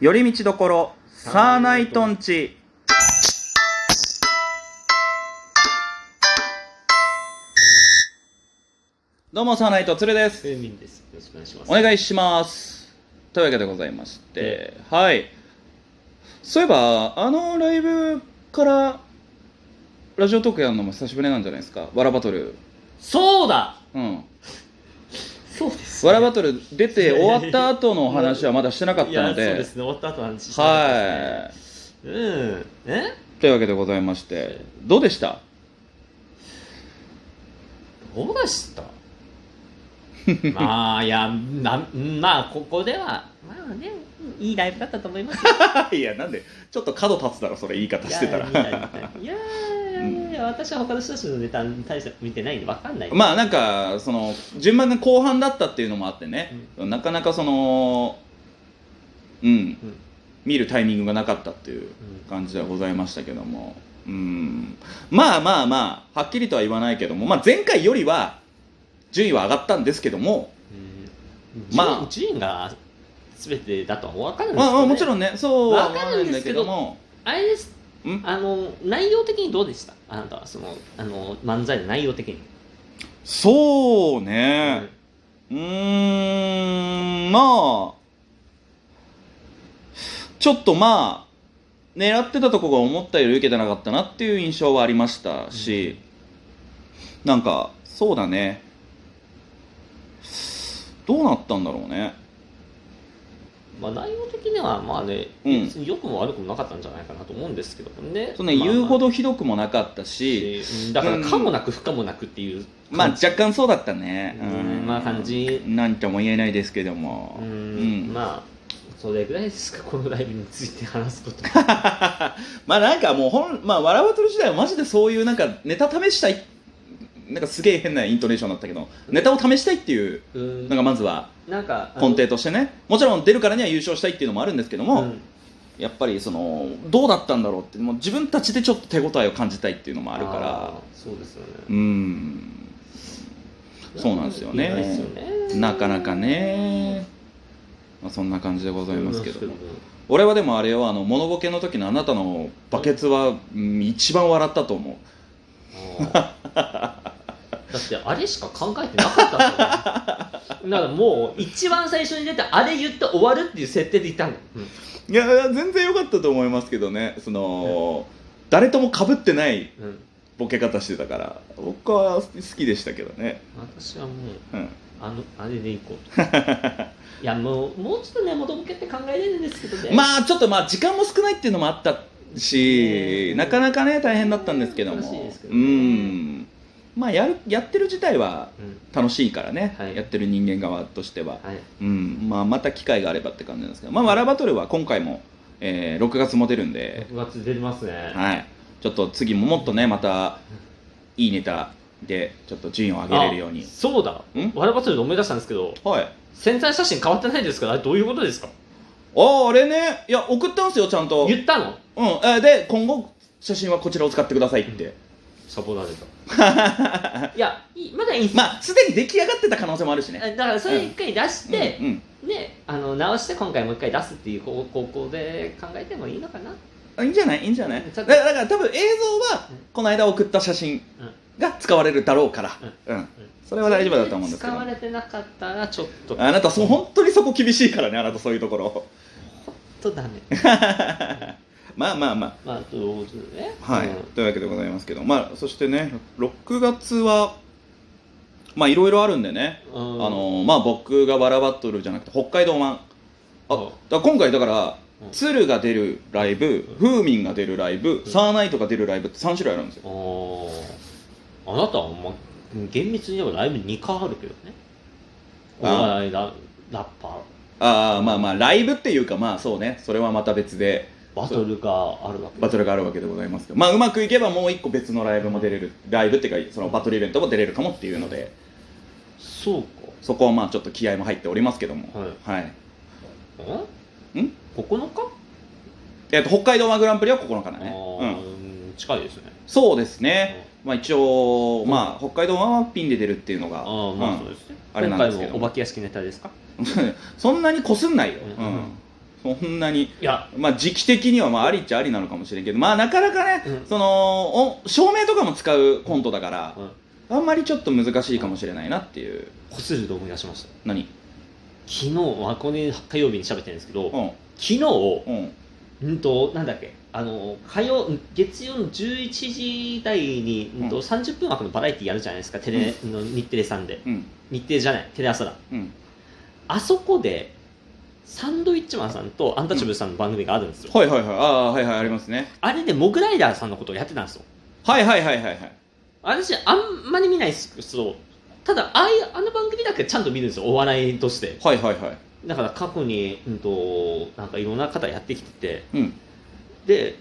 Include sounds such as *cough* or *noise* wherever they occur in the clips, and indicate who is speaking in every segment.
Speaker 1: 寄り道どころサーナイトンチどうもサーナイトつるです
Speaker 2: セイミンです。よろしくお願いします。
Speaker 1: お願いしますというわけでございまして、はいそういえばあのライブからラジオトークやるのも久しぶりなんじゃないですかわらバトル
Speaker 2: そうだ
Speaker 1: うん
Speaker 2: そうです
Speaker 1: わらバトル出
Speaker 2: *laughs*
Speaker 1: て終わった後のお話はまだしてなかったの
Speaker 2: いや、
Speaker 1: で
Speaker 2: そうですね。終わった後の話してなかった
Speaker 1: は
Speaker 2: ですね。うん。え
Speaker 1: いというわけでございましてどうでした
Speaker 2: どうでした
Speaker 1: *laughs*
Speaker 2: まあ、いや、なまあ、ここでは、まあね、いいライブだったと思
Speaker 1: *laughs*
Speaker 2: いますよ。
Speaker 1: いや、なんで、ちょっと角立つだろ、それ、言い方
Speaker 2: い
Speaker 1: し
Speaker 2: や
Speaker 1: てたら
Speaker 2: い。やいやいやいやいや、私は他の人たちのネタに対して見てないんで、わかんない。
Speaker 1: *laughs* まあ、なんか、その、順番が後半だったっていうのもあってね、なかなかその、うん、
Speaker 2: うん、
Speaker 1: 見るタイミングがなかったっていう
Speaker 2: う
Speaker 1: 感じではございましたけども、うん、まあまあまあ、はっきりとは言わないけども、まあ、前回よりは、順位は上がったんですけども、
Speaker 2: うん。
Speaker 1: ま
Speaker 2: ま
Speaker 1: あ
Speaker 2: あ、順位が全てだとはわかるんです
Speaker 1: ま
Speaker 2: け
Speaker 1: あ
Speaker 2: ど、ね。
Speaker 1: まあ、もちろんね、そうは
Speaker 2: わかるんですけど
Speaker 1: 思わないんだ
Speaker 2: あれです
Speaker 1: ん
Speaker 2: あの内容的にどうでしたあなたはそのあの漫才の内容的に、
Speaker 1: けども、そう
Speaker 2: う
Speaker 1: ね。
Speaker 2: ん
Speaker 1: うーん、まあ、ちょっとまあ、狙ってたとこが思ったより受けてなかったなっていう印象はありましたし、なんか、そうだね。どうなったんだろうね。
Speaker 2: まあ、内容的にはまあね、
Speaker 1: うん
Speaker 2: 別に良くも悪くもなかったんじゃないかなと思うんですけどもね
Speaker 1: そのね、
Speaker 2: まあまあ
Speaker 1: 言うほどひどくもなかったし、
Speaker 2: うんだからかもなく不可もなくっていう
Speaker 1: まあ
Speaker 2: 感じ
Speaker 1: 若干そうだったね。
Speaker 2: うんまあ感じ
Speaker 1: なんとも言えないですけども。
Speaker 2: うん
Speaker 1: うん
Speaker 2: まあそれぐらいですかこのライブについて話
Speaker 1: *laughs*
Speaker 2: すこと
Speaker 1: まあなんかもう本、まあ、わらわとる時代はマジでそういうなんかネタ試したいなんかすげえ変なイントネーションだったけどネタを試したいっていう
Speaker 2: うん
Speaker 1: のがまずは
Speaker 2: なんかあの
Speaker 1: 根底としてねもちろん出るからには優勝したいっていうのもあるんですけども、
Speaker 2: うん
Speaker 1: やっぱりそのどうだったんだろうってもう自分たちでちょっと手応えを感じたいっていうのもあるから
Speaker 2: ーそうですよね
Speaker 1: うんそうなんですよね
Speaker 2: いないですよね
Speaker 1: なかなかね、まあ、そんな感じでございますけども
Speaker 2: そうなんです
Speaker 1: 俺はでもあれよあの物ボケの時のあなたのバケツは、うん一番笑ったと思う
Speaker 2: あ *laughs* ーだってあれしか考えてなかったんだもんだからもう一番最初に出てあれ言って終わるっていう設定でいたんだもん、
Speaker 1: いや全然良かったと思いますけどねその、誰とも被ってない
Speaker 2: うんうん
Speaker 1: ボケ方してたから僕は好きでしたけどね、
Speaker 2: 私はもう
Speaker 1: うん、
Speaker 2: あのあれでいこ
Speaker 1: *laughs*
Speaker 2: うといやもうもうちょっとね元ボケって考えれるんですけどね
Speaker 1: まあちょっとまあ時間も少ないっていうのもあったし、
Speaker 2: うん
Speaker 1: なかなかね大変だったんですけども
Speaker 2: 難しいですけど
Speaker 1: う
Speaker 2: ね
Speaker 1: んまあやるやってる自体は
Speaker 2: うん
Speaker 1: 楽しいからね、
Speaker 2: はい
Speaker 1: やってる人間側としては、
Speaker 2: はい
Speaker 1: うんまあ、また機会があればって感じなんですけど、まあ、わらバトルは今回も、えー6月も出るんで、
Speaker 2: 6月出てますね
Speaker 1: はい、ちょっと次ももっとねまたいいネタでちょっと順位を上げれるように
Speaker 2: あそうだ
Speaker 1: ん
Speaker 2: 我バトルで思い出したんですけど
Speaker 1: はい
Speaker 2: 潜在写真変わってないですからあれどういうことですか
Speaker 1: あああれねいや送ったんすよちゃんとうん
Speaker 2: 言ったの
Speaker 1: えーで今後写真はこちらを使ってくださいって、
Speaker 2: サボられ
Speaker 1: *laughs*
Speaker 2: たいやいまだいいんす
Speaker 1: まあすでに出来上がってた可能性もあるしね
Speaker 2: だからそれ一回出して、
Speaker 1: うんうん
Speaker 2: ね、あの直して今回もう一回出すっていう方方向で考えてもいいのかな、
Speaker 1: あいいんじゃないいいんじゃない
Speaker 2: うんちょ
Speaker 1: だ
Speaker 2: っと
Speaker 1: だから多分映像は
Speaker 2: うん
Speaker 1: この間送った写真
Speaker 2: うん
Speaker 1: が使われるだろうから、うんそれは大丈夫だと思うんですけど
Speaker 2: 使われてなかったらちょっと
Speaker 1: あなたそう
Speaker 2: ほん
Speaker 1: 本当にそこ厳しいからねあなたそういうところ *laughs*
Speaker 2: とダメ
Speaker 1: まあまあまあ
Speaker 2: まあということでね
Speaker 1: はい、
Speaker 2: うん
Speaker 1: というわけでございますけど、まあ、そしてね6月はまあいろいろあるんでね、
Speaker 2: うん
Speaker 1: あのまあ、僕がわらバトルじゃなくて北海道マンあ、
Speaker 2: うん
Speaker 1: だから今回だから、
Speaker 2: うん
Speaker 1: 鶴が出るライブ、フーミンが出るライブ、
Speaker 2: うん
Speaker 1: サーナイトが出るライブって3種類あるんですよ
Speaker 2: あーあなたは、ま、厳密に言えばライブ2回あるけどねお
Speaker 1: あー
Speaker 2: 笑いララッパー
Speaker 1: ああまあまあライブっていうかまあそうねそれはまた別で
Speaker 2: バトルがあるわけ
Speaker 1: バトルがあるわけでございますけどまあうまくいけばもう1個別のライブも出れるライブっていうかそのバトルイベントも出れるかもっていうので
Speaker 2: そう
Speaker 1: そこはまあちょっと気合も入っておりますけども
Speaker 2: かはい
Speaker 1: はい
Speaker 2: ん
Speaker 1: ん
Speaker 2: ?9 日
Speaker 1: えっと、北海道マグランプリは9日だ
Speaker 2: あ
Speaker 1: ね、
Speaker 2: ー
Speaker 1: うん、
Speaker 2: うん近いですね
Speaker 1: そうですね、まあ、一応、まあ、北海道マンはピンで出るっていうのが、
Speaker 2: あーまあ
Speaker 1: う
Speaker 2: そうんですね、
Speaker 1: あれなんですけど *laughs*
Speaker 2: 今回もお化け屋敷ネタですか
Speaker 1: そんなにこすんないよ、う
Speaker 2: うんん
Speaker 1: こんなに
Speaker 2: いや
Speaker 1: まあ時期的にはまあありっちゃありなのかもしれんけどまあなかなかね、
Speaker 2: うん
Speaker 1: そのお照明とかも使うコントだから
Speaker 2: う、ん
Speaker 1: あんまりちょっと難しいかもしれないなっていう
Speaker 2: こすると思い出しました
Speaker 1: 何
Speaker 2: 昨日箱根火曜日に喋ってるんですけど、
Speaker 1: う
Speaker 2: 昨
Speaker 1: ん
Speaker 2: 日
Speaker 1: うん
Speaker 2: うんとなんだっけあの火曜ん月曜の11時台に、うんと
Speaker 1: うん
Speaker 2: 30分枠のバラエティやるじゃないですかテレ、の日テレさんで
Speaker 1: うん
Speaker 2: 日テレじゃないテレ朝だ
Speaker 1: うん
Speaker 2: あそこでサンドウィッチマンさんとアンタッチャブルさんの番組があるんですよ、
Speaker 1: はいはいはいああはいはいありますね
Speaker 2: あれでモグライダーさんのことをやってたんですよ
Speaker 1: はいはいはいはいはい
Speaker 2: 私あんまり見ないですけどただああいうあの番組だけちゃんと見るんですよお笑いとして
Speaker 1: はいはいはい
Speaker 2: だから過去に、うん、となんかいろんな方やってきてて
Speaker 1: うん
Speaker 2: で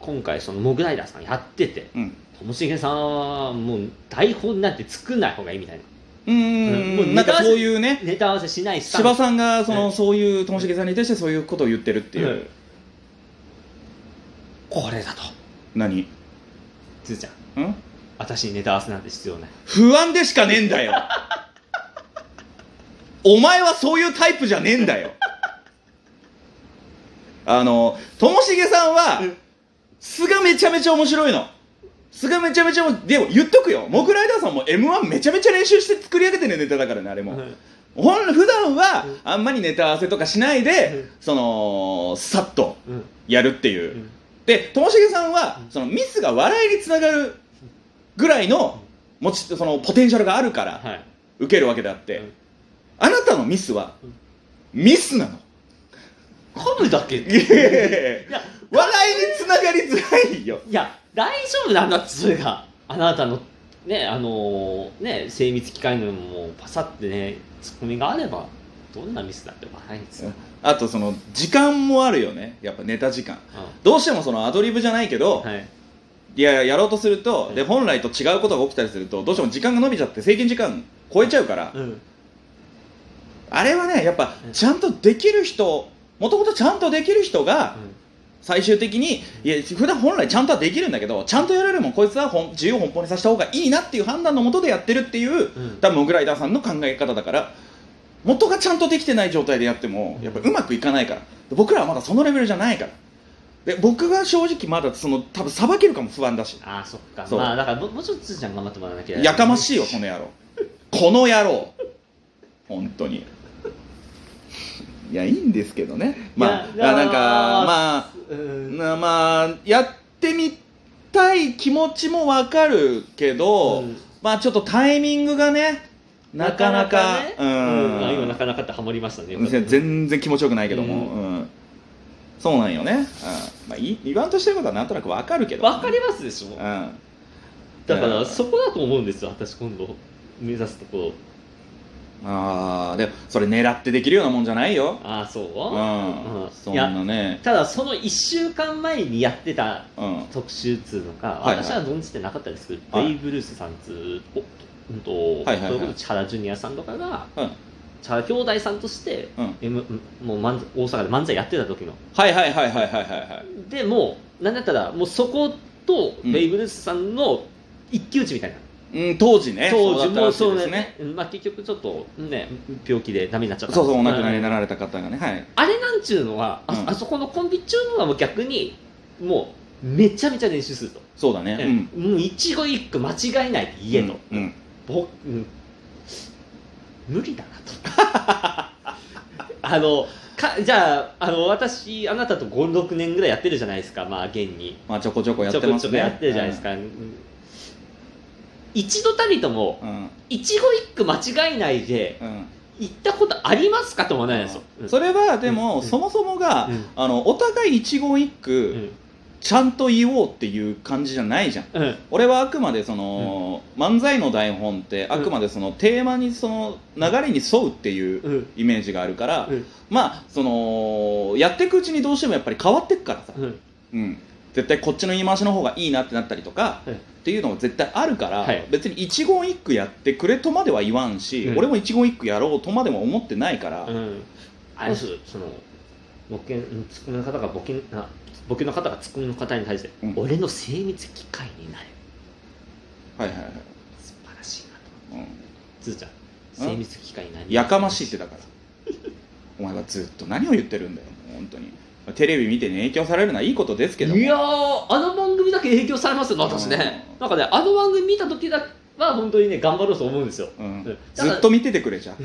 Speaker 2: 今回そのモグライダーさんやってて
Speaker 1: うん
Speaker 2: ともしげさんはもう台本なんて作んない方がいいみたいな
Speaker 1: うーん、
Speaker 2: もう
Speaker 1: なんかそういうね
Speaker 2: ネタ合わせしないスタン
Speaker 1: 芝さんがその、
Speaker 2: うん
Speaker 1: そういうともしげさんに対してそういうことを言ってるっていう、
Speaker 2: うんこれだと
Speaker 1: 何ん
Speaker 2: つーちゃん私にネタ合わせなんて必要ない
Speaker 1: 不安でしかねえんだよ *laughs* お前はそういうタイプじゃねえんだよあのともしげさんは、
Speaker 2: うん
Speaker 1: 素がめちゃめちゃ面白いの素がめちゃめちゃ面でも言っとくよモグライダーさんも m 1めちゃめちゃ練習して作り上げてるネタだからねあれも、
Speaker 2: うん
Speaker 1: ほん普段は
Speaker 2: うん
Speaker 1: あんまりネタ合わせとかしないで、
Speaker 2: うん
Speaker 1: そのさっと
Speaker 2: うん
Speaker 1: やるっていうう、
Speaker 2: ん
Speaker 1: でともしげさんは
Speaker 2: うん
Speaker 1: そのミスが笑いにつながるぐらいの持ちそのポテンシャルがあるから、
Speaker 2: はい
Speaker 1: 受けるわけであって、
Speaker 2: うん
Speaker 1: あなたのミスは
Speaker 2: うん
Speaker 1: ミス
Speaker 2: *laughs*
Speaker 1: なの
Speaker 2: 噛むだけ
Speaker 1: いやいやいやい
Speaker 2: い
Speaker 1: や
Speaker 2: や
Speaker 1: 笑いにつながりづらいよ
Speaker 2: いや大丈夫なんだってそれがあなたのねあのーね精密機械のもパサってねツッコミがあればどんなミスだって笑いにつながる
Speaker 1: あとその時間もあるよねやっぱネタ時間
Speaker 2: う
Speaker 1: どうしてもそのアドリブじゃないけど、
Speaker 2: んはい
Speaker 1: いやいややろうとすると、
Speaker 2: うん
Speaker 1: で本来と違うことが起きたりするとどうしても時間が伸びちゃって制限時間超えちゃうから、
Speaker 2: うん
Speaker 1: あれはねやっぱ
Speaker 2: うん
Speaker 1: ちゃんとできる人もともとちゃんとできる人が最終的にいや普段本来ちゃんとはできるんだけどちゃんとやれるもんこいつは本自由奔放にさせた方がいいなっていう判断のもとでやってるっていう
Speaker 2: うん
Speaker 1: 多分モグライダーさんの考え方だから元がちゃんとできてない状態でやってもやっぱうまくいかないからで僕らはまだそのレベルじゃないからで僕が正直まだその多分さばけるかも不安だし
Speaker 2: ああそっか
Speaker 1: そう
Speaker 2: まあだからももうちょっとつーちゃん頑張ってもらわなきゃ
Speaker 1: やかましいよこの野郎この野郎本当にいやいいんですけどねまあ
Speaker 2: いや
Speaker 1: なんか
Speaker 2: あー
Speaker 1: まあ
Speaker 2: うん
Speaker 1: なまあやってみたい気持ちもわかるけど、
Speaker 2: うん
Speaker 1: まあちょっとタイミングがねなかなか
Speaker 2: ね
Speaker 1: うん
Speaker 2: あ今なかなかってハモりましたね
Speaker 1: 全然気持ちよくないけども、
Speaker 2: う
Speaker 1: うんそうなんよね、うんまあ、い言わんとしてることはなんとなくわかるけど
Speaker 2: わかりますでし
Speaker 1: うん
Speaker 2: ょだか
Speaker 1: う
Speaker 2: ら
Speaker 1: ん
Speaker 2: そこだと思うんですよ私今度目指すところ
Speaker 1: あーでもそれ狙ってできるようなもんじゃないよ
Speaker 2: ああそう
Speaker 1: うん、
Speaker 2: うん
Speaker 1: そんなね
Speaker 2: ただその1週間前にやってた
Speaker 1: うん
Speaker 2: 特集っつうのか、
Speaker 1: はいはい
Speaker 2: 私は存じてなかったですけど、
Speaker 1: はい
Speaker 2: ベイブルースさんっつうおうんと、
Speaker 1: はいはいはい
Speaker 2: それこそチャラジュニアさんとかが
Speaker 1: うん
Speaker 2: チャラ兄弟さんとして、
Speaker 1: うん
Speaker 2: えむもう漫才大阪で漫才やってた時の
Speaker 1: はいはいはいはいはいはいはい
Speaker 2: でもうなんだったらもうそこと
Speaker 1: うん
Speaker 2: ベイブルースさんの一騎打ちみたいな、
Speaker 1: うん当時ね
Speaker 2: 当時も
Speaker 1: そ
Speaker 2: そうう
Speaker 1: だったらしいです
Speaker 2: ね
Speaker 1: ね
Speaker 2: まあ、結局ちょっとね病気でダメになっちゃったんで
Speaker 1: そ
Speaker 2: す
Speaker 1: うそ
Speaker 2: けど
Speaker 1: うお亡くなりになられた方がねはい
Speaker 2: あれなんちゅうのは、あ
Speaker 1: うん
Speaker 2: あそこのコンビっちゅうのはもう逆にもうめちゃめちゃ練習すると、
Speaker 1: そうだねうん
Speaker 2: もう一期一句間違いないって言えと、
Speaker 1: うんうん
Speaker 2: 僕、うん無理だなと *laughs* あのかじゃああの私あなたと56年ぐらいやってるじゃないですかまあ現に
Speaker 1: まあちょこちょこやっ
Speaker 2: ちょ
Speaker 1: て
Speaker 2: こ
Speaker 1: ま
Speaker 2: ち
Speaker 1: す
Speaker 2: ょこ
Speaker 1: ね
Speaker 2: やってるじゃないですか、うん一度たりとも
Speaker 1: うんうん
Speaker 2: 一期一句間違いないで
Speaker 1: うん
Speaker 2: 行ったことありますかと思わないですよ、うん
Speaker 1: それはでも、
Speaker 2: うん
Speaker 1: そもそもが、
Speaker 2: うん
Speaker 1: あのお互い一言一句、
Speaker 2: うん
Speaker 1: ちゃんと言おうっていう感じじゃないじゃん
Speaker 2: うん
Speaker 1: 俺はあくまでその、漫才の台本ってあくまでその、テーマにその流れに沿うっていう
Speaker 2: うん
Speaker 1: イメージがあるから、
Speaker 2: うん
Speaker 1: まあそのやっていくうちにどうしてもやっぱり変わっていくからさ、
Speaker 2: うん
Speaker 1: うん、絶対こっちの言い回しの方がいいなってなったりとか、
Speaker 2: うん
Speaker 1: っていうのも絶対あるから、
Speaker 2: はい
Speaker 1: 別に一言一句やってくれとまでは言わんし、
Speaker 2: うん
Speaker 1: 俺も一言一句やろうとまでも思ってないから、
Speaker 2: うん、あれですよそのボケうんツッコミの方がボケあボケの方がツッコミの方に対して、
Speaker 1: うん
Speaker 2: 俺の精密機械になれ
Speaker 1: はいはいはい、
Speaker 2: 素晴らしいな
Speaker 1: う
Speaker 2: と
Speaker 1: ん
Speaker 2: つーちゃん
Speaker 1: うん
Speaker 2: 精密機械になれ
Speaker 1: やかましいってだから *laughs* お前はずっと何を言ってるんだよもう本当にテレビ見てね影響されるのはいいことですけども
Speaker 2: いやーあの番組だけ影響されますよね私ね
Speaker 1: うん
Speaker 2: なんかねあの番組見た時だは本当にね頑張ろうと思うんですよ
Speaker 1: うん
Speaker 2: うん
Speaker 1: ずっと見ててくれじゃん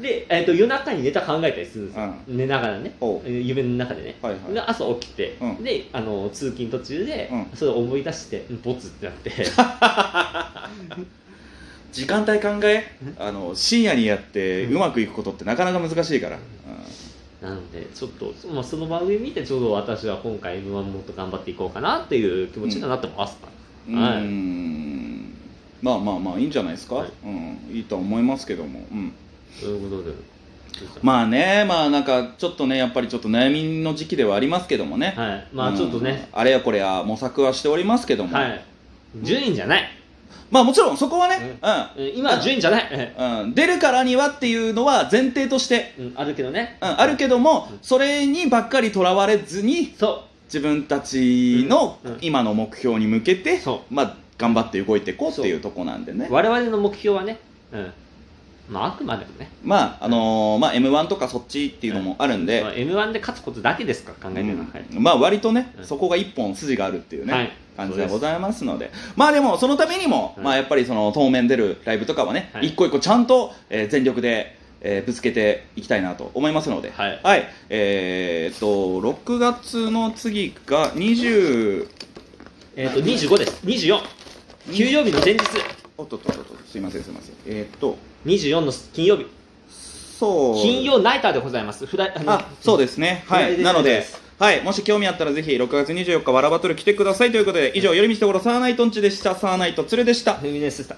Speaker 2: で、えー、と夜中にネタ考えたりするんですよ、寝ながらね
Speaker 1: おう
Speaker 2: 夢の中でね
Speaker 1: はいはい
Speaker 2: で朝起きて、
Speaker 1: うん
Speaker 2: であの通勤途中で、
Speaker 1: う
Speaker 2: それを思い出してボツってなって
Speaker 1: 時間帯考えあの深夜にやってうまくいくことってなかなか難しいから、
Speaker 2: なのでちょっと、まあ、その番組見てちょうど私は今回 m 1もっと頑張っていこうかなっていう気持ちにはなってます、
Speaker 1: うん
Speaker 2: は
Speaker 1: うー
Speaker 2: い
Speaker 1: んまあまあまあいいんじゃないですか、
Speaker 2: はい
Speaker 1: うん、いいとは思いますけども、うん、
Speaker 2: そういうことで
Speaker 1: まあねまあなんかちょっとねやっぱりちょっと悩みの時期ではありますけどもね、
Speaker 2: はいまあ
Speaker 1: うん
Speaker 2: ちょっとね、
Speaker 1: あれやこれや模索はしておりますけども、
Speaker 2: はい順位じゃない、
Speaker 1: まあもちろんそこはね、
Speaker 2: うん今は順位じゃない、
Speaker 1: うんうん、出るからにはっていうのは前提として、
Speaker 2: うん、あるけどね、
Speaker 1: うん、あるけども
Speaker 2: うん
Speaker 1: それにばっかりとらわれずに
Speaker 2: そ
Speaker 1: 自分たちの
Speaker 2: うんうん
Speaker 1: 今の目標に向けて、
Speaker 2: そ
Speaker 1: まあ、頑張って動いていこうっていうとこなんでね
Speaker 2: う我々の目標はね、うん、まああくまでもね
Speaker 1: まああのーまあ、m 1とかそっちっていうのもあるんで、
Speaker 2: まあ M1 で勝つことだけですから考えてるのは、はい
Speaker 1: うんまあ割とね、
Speaker 2: うん
Speaker 1: そこが一本筋があるっていうね、
Speaker 2: はい
Speaker 1: 感じでございますのでまあでもそのためにも、
Speaker 2: はい
Speaker 1: まあやっぱりその当面出るライブとかはね、
Speaker 2: はい
Speaker 1: 一個一個ちゃんと、えー全力で、えーぶつけていきたいなと思いますので、
Speaker 2: はい
Speaker 1: えーっと6月の次が20
Speaker 2: えっ、と25です24休養日の前日
Speaker 1: おっとっとっとっとすいませんすいませんえーっと
Speaker 2: 24の金曜日
Speaker 1: そう
Speaker 2: 金曜ナイターでございますフライあの
Speaker 1: あそうですねは
Speaker 2: フライ
Speaker 1: い
Speaker 2: デー
Speaker 1: なの
Speaker 2: ナイト
Speaker 1: で
Speaker 2: です
Speaker 1: はい、もし興味あったらぜひ6月24日わらバトル来てくださいということで以上「寄り道ところサーナイトンチ」でしたサーナイトツルでした
Speaker 2: フェミネスでした